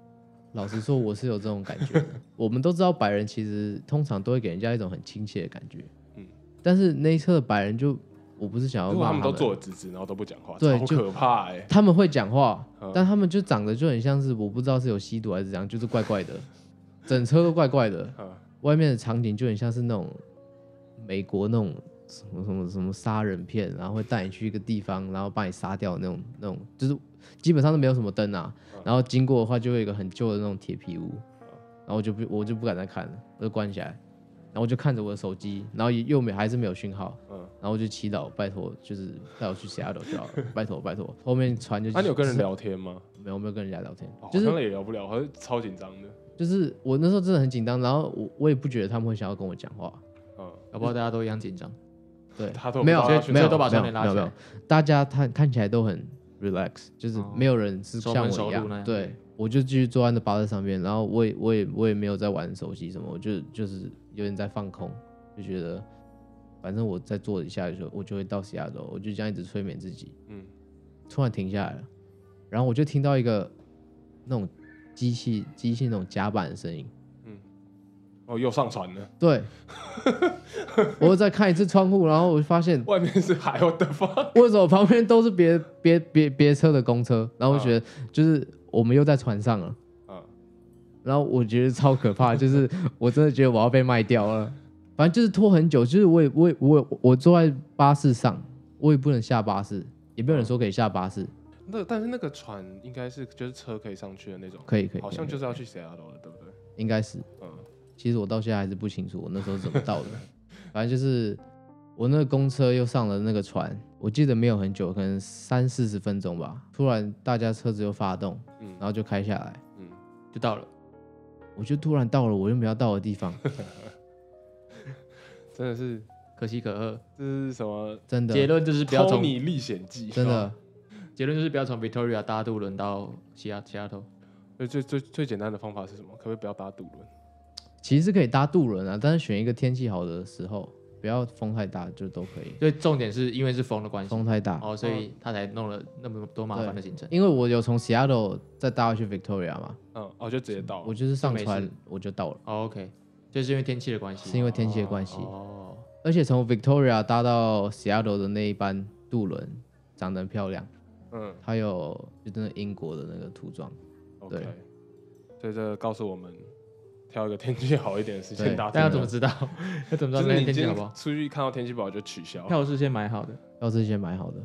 C: 老实说，我是有这种感 觉的。我们都知道白人其实通常都会给人家一种很亲切的感觉，
B: 嗯
C: 但是那一侧的白人就，我不是想要
B: 如果
C: 骂
B: 他们
C: 们
B: 都坐得直直，然后都不讲话，
C: 对
B: 超
C: 就
B: 可怕哎、
C: 他们会讲话
B: 嗯，
C: 但他们就长得就很像是我不知道是有吸毒还是怎样，就是怪怪的，整车都怪怪的。
B: 嗯
C: 外面的场景就很像是那种美国那种什么什么什么杀人片，然后会带你去一个地方，然后把你杀掉那种那种，就是基本上都没有什么灯啊，然后经过的话就会有一个很旧的那种铁皮屋，然后我就不我就不敢再看了，我就关起来，然后我就看着我的手机，然后也又没还是没有讯号，
B: 嗯。
C: 然后我就祈祷拜托就是带我去其他岛 就好了，拜托拜托，后面船就
B: 啊那、你有跟人聊天吗？
C: 没有没有跟人家聊天
B: 哦，
C: 就是
B: 好像也聊不了，好像超紧张的。
C: 就是我那时候真的很紧张，然后我我也不觉得他们会想要跟我讲话。
B: 嗯，
A: 搞不好大家都一样紧张。
C: 对，
B: 他都
C: 没有
B: 不知道要去
C: 没有
A: 所以都把窗
C: 没有
A: 帘拉
C: 没有
A: 起来
C: 没有大家看看起来都很 relax，就是
A: 哦
C: 没有人是
A: 熟
C: 像
A: 门
C: 我
A: 熟
C: 一
A: 路那
C: 样。
A: 样
C: 对，我就继续坐在那巴士上面，然后我也我也我也没有在玩手机什么，我就就是有点在放空，就觉得反正我再坐一下就我就会到西雅州，我就这样一直催眠自己。
B: 嗯
C: 突然停下来了，然后我就听到一个那种机器机器那种夹板的声音。
B: 哦，又上船了，
C: 对， 我又再看一次窗户，然后我就发现
B: 外面是海鸥的发，
C: 为什么旁边都是别别别别车的公车？然后我觉得就是我们又在船上了，
B: 嗯
C: 然后我觉得超可怕，就是我真的觉得我要被卖掉了。反正就是拖很久，就是我也我也我也我坐在巴士上，我也不能下巴士，也没有
B: 嗯
C: 人说可以下巴士，
B: 那但是那个船应该是就是车可以上去的那种，
C: 可以可以，
B: 好像就是要去 Seattle 了，对不对？
C: 应该是。
B: 嗯，
C: 其实我到现在还是不清楚我那时候怎么到的。反正就是我那个公车又上了那个船，我记得没有很久，可能三四十分钟吧。突然大家车子又发动，
B: 嗯
C: 然后就开下来，
B: 嗯，
A: 就到了。
C: 我就突然到了我原本要到的地方，
B: 真的是
A: 可喜可贺。
B: 这是什么？
C: 真的
A: 结论就是不要
B: 托
A: 从
B: 尼历险记，
C: 真的。
A: 结论就是不要从 Victoria 搭渡轮到西雅西雅图。
B: 最最最最简单的方法是什么？可不可以不要搭渡轮？
C: 其实是可以搭渡轮啊，但是选一个天气好的时候，不要风太大就都可以。
A: 所以重点是因为是风的关系，
C: 风太大，
A: 哦，所以他才弄了那么多麻烦的行程。
C: 因为我有从 Seattle 再搭回去 Victoria 嘛，
B: 嗯，哦，就直接到了
C: 我就是上
A: 就没
C: 船
A: 事
C: 我就到了，
A: 哦 OK，就是因为天气的关系。
C: 是因为天气的关系。
A: 哦，
C: 而且从 Victoria 搭到 Seattle 的那一班渡轮长得很漂亮，
B: 嗯
C: 它有就真的英国的那个涂装，
B: ，OK
C: 对。
B: 所以这个告诉我们，挑一个天气好一点的时间
C: 对
B: 搭渡
A: 但要怎
B: 轮。
A: 么知道？要怎么知道那
B: 就是
A: 天
B: 你
A: 天
B: 今
A: 气好
B: 天
A: 不好？
B: 出去看到天气不好就取消。
A: 票是先买好的，
C: 要是先买好的。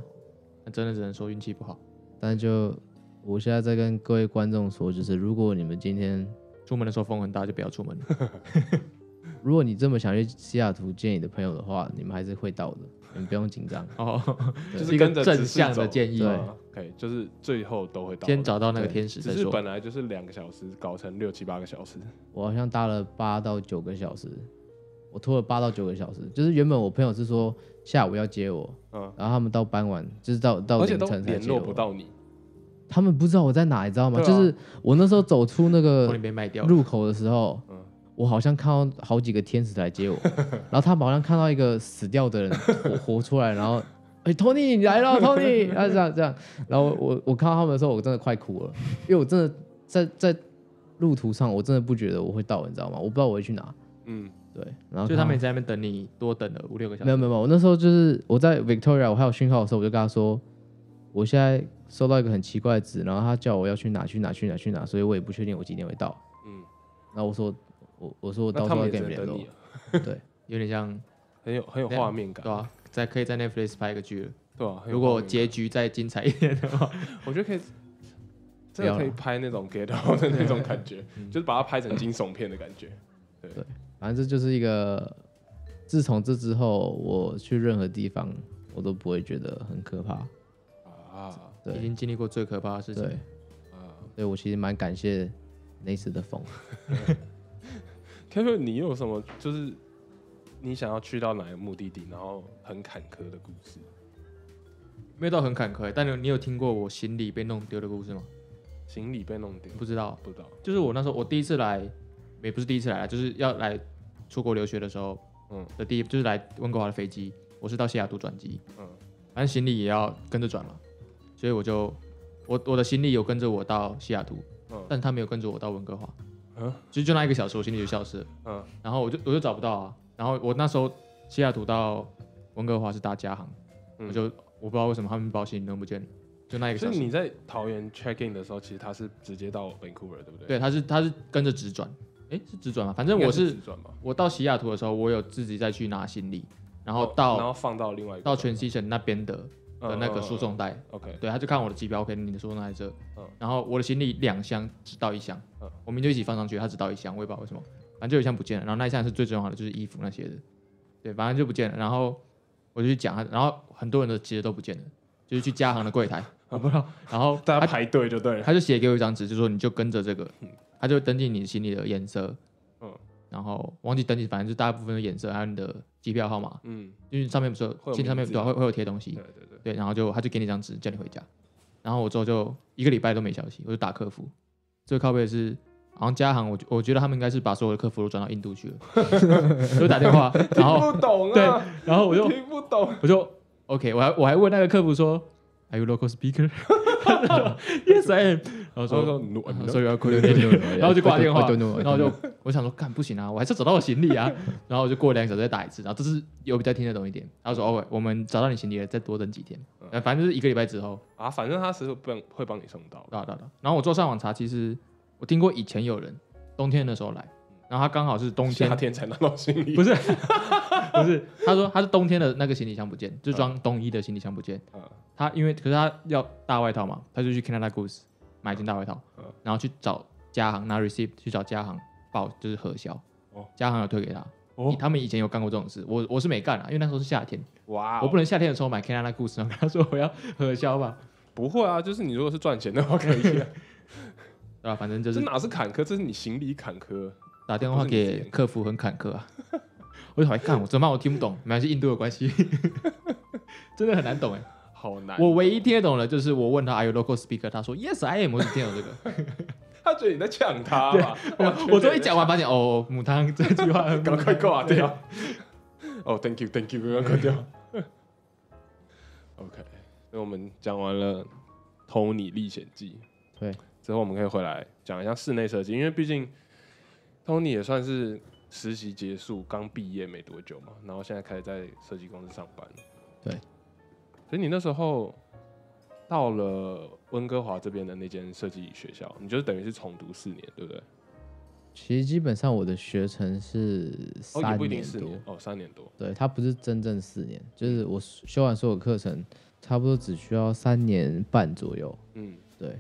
A: 那真的只能说运气不好。
C: 但就我现在在跟各位观众说，就是如果你们今天，
A: 出门的时候风很大，就不要出门了。
C: 如果你这么想去西雅图见你的朋友的话，你们还是会到的，你们不用紧张。
A: 哦，
C: 对
B: 就是
A: 一个
B: 跟着
A: 正
B: 指示
A: 向
B: 走
A: 的建议，
C: 对
B: 嗯，OK，就是最后都会到的。
A: 先找到那个天使
B: 只
A: 再
B: 是
A: 说。
B: 本来就是两个小时，搞成六七八个小时。
C: 我好像搭了八到九个小时，我拖了八到九个小时。就是原本我朋友是说下午要接我，
B: 嗯
C: 然后他们到傍晚，就是到到
B: 而且
C: 凌
B: 都
C: 晨才
B: 联
C: 接
B: 络
C: 我。
B: 不到你，
C: 他们不知道我在哪，你知道吗？
B: 对啊
C: 就是我那时候走出那
A: 后面
C: 个
A: 被卖掉了。
C: 入口的时候，
B: 嗯
C: 我好像看到好几个天使来接我， 然后他们好像看到一个死掉的人 活活出来，然后。哎、t o n y 你来了，Tony，然后这啊样这样，然后我我看到他们的时候，我真的快哭了，因为我真的在在路途上，我真的不觉得我会到，你知道吗？我不知道我会去哪，
B: 嗯，
C: 对，然后
A: 就
C: 看
A: 他们
C: 到
A: 也在那边等你，多等了五六个小
C: 没有
A: 时。
C: 没有没有，我那时候就是我在 Victoria，我还有讯号的时候，我就跟他说，我现在收到一个很奇怪的纸，然后他叫我要去哪去哪去哪去哪，所以我也不确定我几点会到。
B: 嗯，
C: 然后我说我我说我
B: 那
C: 到时
B: 他
C: 候
B: 们
C: 要
B: 也只
C: 跟
B: 能
C: 你联
B: 等
C: 络
B: 你，啊，
C: 对，
A: 有点像，
B: 很有很有画面感
A: 对，啊，在可以在 Netflix 拍一个剧了。
B: 对吧？很有
A: 如果
B: 画面感
A: 结局再精彩一点的话，
B: 我觉得 可以，真
C: 不要
B: 的可
C: 了
A: 啊
B: 以拍那种 get out 的那种感 觉，
A: 嗯
B: 就是把它拍成惊悚片的感觉。
C: 反正这就是一个，自从这之后，我去任何地方我都不会觉得很可怕，
B: 啊
C: 对
A: 已经经历过最可怕的事情。
C: 对，
B: 啊
C: 所以我其实蛮感谢那次的风。
B: ，Kevin，你有什么就是你想要去到哪个目的地，然后很坎坷的故事？
A: 没有到很坎坷，但你你有听过我行李被弄丢的故事吗？
B: 行李被弄丢，
A: 不知道，
B: 不知道，
A: 就是我那时候我第一次来，也不是第一次来，就是要来出国留学的时候，
B: 嗯
A: 嗯，的第一就是来温哥华的飞机，我是到西雅图转机，
B: 嗯
A: 嗯，反正行李也要跟着转嘛，所以我就我我的行李有跟着我到西雅图，
B: 嗯
A: 但他没有跟着我到温哥华，
B: 嗯
A: 嗯，就就那一个小时，我行李就消失了，
B: 嗯
A: 然后我就我就找不到啊，然后我那时候西雅图到温哥华是搭家航，
B: 嗯
A: 我就我不知道为什么他们把我行李弄不见了，就那一个
B: 所
A: 小
B: 以
A: 时，
B: 你在桃园 check in 的时候，其实他是直接到 Vancouver，对不对？
A: 对，他是他是跟着直转，诶，是直转吗？反正
B: 应该
A: 我
B: 是
A: 是
B: 自转吧，
A: 我到西雅图的时候，我有自己再去拿行李，然后
B: 哦然
A: 到
B: 后放到另外一个嗯
A: 到全西城那边的的那个输送带，
B: ，OK，
A: 对，他就看我的机票，OK，你的输送带在这
B: 嗯，
A: 然后我的行李两箱只到一箱
B: 嗯，
A: 我们就一起放上去，他只到一箱，我也不知道为什么，反正就有一箱不见了，然后那一箱是最重要的，就是衣服那些的，对，反正就不见了，然后我就去讲他，然后很多人的其实都不见了，就是去家行的柜 台，我不知道，然后
B: 大
A: 他
B: 家排队就对了，
A: 他就写给我一张纸，就说你就跟着这个，他就登记你行李的颜色，
B: 嗯
A: 嗯，然后忘记登记，反正就大部分的颜色，还有你的机票号码，
B: 嗯，
A: 因为上面不是有
B: 会有
A: 其实上面
B: 名字
A: 对
B: 啊
A: 会会有贴东西
B: 对，对对，
A: 对，然后就他就给你一张纸叫你回家，然后我之后就一个礼拜都没消息，我就打客服，最靠背的是。好像家航，我我觉得他们应该是把所有的客服都转到印度去了， 我就打电话，然后
B: 听不懂
A: 对
B: 啊，
A: 然后我就
B: 听不懂，
A: 我就 OK，我还我还问那个客服说，Are you local speaker？他 说 Yes, I am。然后
B: 我说
A: 说
B: 努，
A: 啊
B: 嗯
A: ，sorry，I couldn't hear you。然后就挂电话，
C: I don't know, I don't know.
A: 然后就我想说，干不行啊，我还是找到我行李啊。 然后我就过两个小时再打一次，然后这次有比较听得懂一点。然后说哦，我们找到你行李了，再多等几天。
B: 嗯
A: 呃反正就是一个礼拜之后，
B: 啊，反正他是帮会帮你送到的，
A: 到到到。然后我做上网查，其实我听过以前有人冬天的时候来，
B: 嗯
A: 然后他刚好是冬天
B: 夏，天才拿到行李，
A: 不是不是，他说他是冬天的那个行李箱不见，就装
B: 嗯
A: 冬衣的行李箱不见。
B: 啊
A: 他因为可是他要大外套嘛，他就去 Canada Goose 买一件大外套
B: 嗯，
A: 然后去找家行拿 receipt 去找家行报就是核销，
B: 哦
A: 家行有推给他。
B: 哦
A: 他们以前有干过这种事，我我是没干啊，因为那时候是夏天，
B: 哇哦，
A: 我不能夏天的时候买 Canada Goose，然后跟他说我要核销吧，
B: 不会啊，就是你如果是赚钱的话可以、啊，
A: 对吧、反正 就
B: 这
A: 是
B: 哪是坎坷，这是你行李坎坷。
A: 打电话给客服很坎坷啊。 我就来哎看，我怎么办我听不懂，没关系，印度的关系， 真的很难懂哎。
B: 好难。
A: 我唯一听得懂的就是我问他 Are you local speaker？他说 Yes, I am。我只听懂这个。
B: 他觉得你在呛他吧？
A: 我终于讲完，发现哦，母汤这句话 很
B: 赶快挂掉。哦、t h a n k you，Thank you，赶快挂掉。OK，那我们讲完了《偷你历险记》，
C: 对，
B: 之后我们可以回来讲一下室内设计，因为毕竟 Tony 也算是实习结束，刚毕业没多久嘛，然后现在开始在设计公司上班。
C: 对，
B: 所以你那时候到了温哥华这边的那间设计学校，你就等于是重读四年，对不对？
C: 其实基本上我的学程是
B: 哦，也
C: 三
B: 不一定
C: 年
B: 四
C: 多，
B: 年，哦，三年多。
C: 对，它不是真正四年，就是我修完所有课程，差不多只需要三年半左右。
B: 嗯，
C: 对，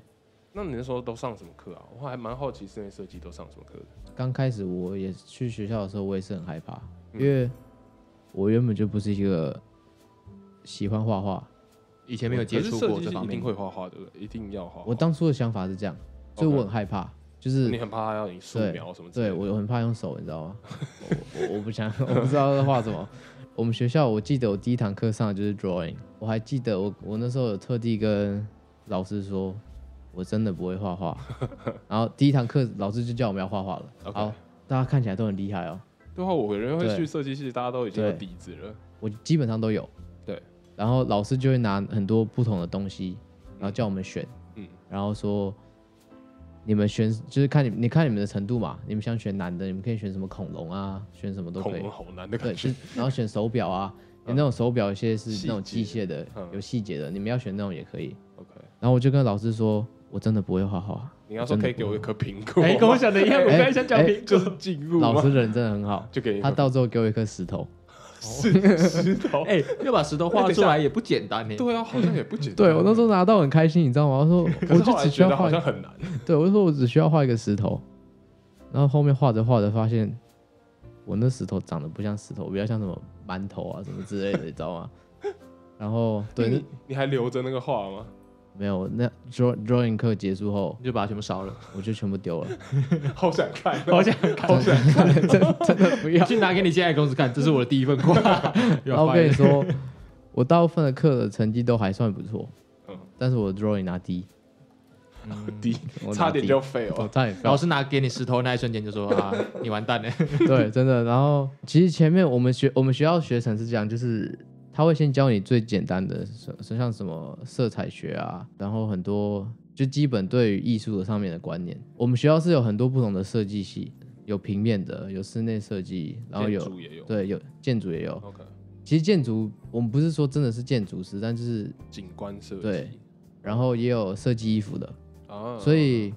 B: 那你那时候都上什么课啊？我还蛮好奇室内设计都上什么课的。
C: 刚开始我也去学校的时候，我也是很害怕，
B: 嗯
C: 因为我原本就不是一个喜欢画画。
A: 以前没有接
B: 哦可是
A: 触
B: 设
A: 过
B: 计
A: 这
B: 是
A: 方
B: 一定
A: 面。
B: 会画画，对不对？一定要画画。
C: 我当初的想法是这样，所以
B: OK
C: 我很害怕，就是
B: 你很怕他要你素描什么之类
C: 对
B: 的。
C: 我很怕用手，你知道吗？我我我不想， 我不知道在画什么。我们学校，我记得我第一堂课上的就是 drawing，我还记得我我那时候有特地跟老师说，我真的不会画 画。然后第一堂课老师就叫我们要画画了。
B: OK
C: 好，大家看起来都很厉害哦，
B: 对啊，我人会
C: 对
B: 去设计系，大家都已经有
C: 对
B: 底子了。
C: 我基本上都有。
B: 对。
C: 然后老师就会拿很多不同的东西，然后叫我们选，
B: 嗯，
C: 然后说你们选就是看你你看你们的程度嘛，你们想选难的，你们可以选什么恐龙啊，选什么都可
B: 恐
C: 以
B: 龙。好难的
C: 对，
B: 感
C: 就
B: 觉。
C: 然后选手表啊，有
B: 嗯
C: 那种手表，有些是那种
B: 细
C: 机
B: 节
C: 械的
B: 嗯，
C: 有细节的，你们要选那种也可以。
B: OK，
C: 然后我就跟老师说，我真的不会画画。
B: 你要说
C: 真的
B: 可以给我一颗苹果，
A: 哎，跟我想的一 样，我刚才想讲
C: 哎
A: 苹
B: 就
A: 果。
B: 是嗯进入
C: 老
B: 嘛，
C: 师人真的很好，
B: 就给你一
C: 他
B: 颗
C: 到最后给我一颗石头。
B: 石头。
A: 哎，要把石头画出来也不简单呢。
B: 哦
A: 欸
B: 对啊，好像也不简单。
C: 对我那时候拿到很开心，你知道吗？我说
B: 可
C: 我
B: 是后
C: 就
B: 来
C: 只需
B: 觉
C: 要
B: 得好
C: 画一
B: 像
C: 个，
B: 很难。
C: 对我就说我只需要画一个石头。然后后面画着画着发现，我那石头长得不像石头，比较像什么馒头啊什么之类的，你知道吗？ 然后对，
B: 你你还留着那个画吗？
C: 没有那 draw drawing 课结束后，
A: 你就把它全部烧了，
C: 我就全部丢了。
B: 好想看。啊
A: 好想
B: 好想看。
C: 真真的 不要。
A: 去拿给你现在的公司看，这是我的第一份画。
C: 然后我跟你说， 我大部分的课的成绩都还算不错，
B: 嗯
C: 但是我的 drawing 拿低，
B: 低
C: 我拿低哦
B: 差点就 fail
C: 我
B: 了。
C: 差点 fail
A: 老师拿给你石头那一瞬间就说啊，你完蛋了。
C: 对，真的。然后其实前面我们学我们学校学程是这样，就是他会先教你最简单的，像像什么色彩学啊，然后很多就基本对于艺术的上面的观念。我们学校是有很多不同的设计系，有平面的，有室内设计，然后
B: 建
C: 有
B: 筑也有。
C: 对有建筑也有。
B: OK，
C: 其实建筑我们不是说真的是建筑师，但就是
B: 景观设
C: 对
B: 计
C: 然后也有设计衣服的，
B: 啊，
C: 所以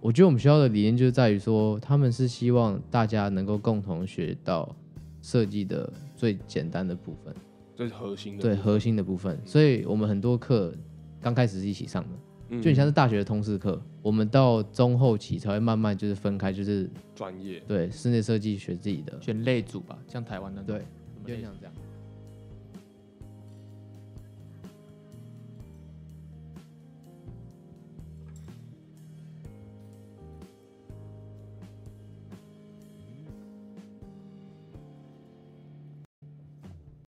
C: 我觉得我们学校的理念就是在于说，他们是希望大家能够共同学到设计的最简单的部分，
B: 这是核心的
C: 对
B: 部
C: 核心的部分。所以我们很多课刚开始是一起上的，
B: 分，
C: 就
B: 嗯
C: 很像是大学的通识课，我们到中后期才会慢慢就是分开，就是
B: 嗯专业
C: 对室内设计学自己的，
A: 选类组吧，像台湾的那种
C: 对，
A: 什么
C: 就
A: 类组
C: 像这样。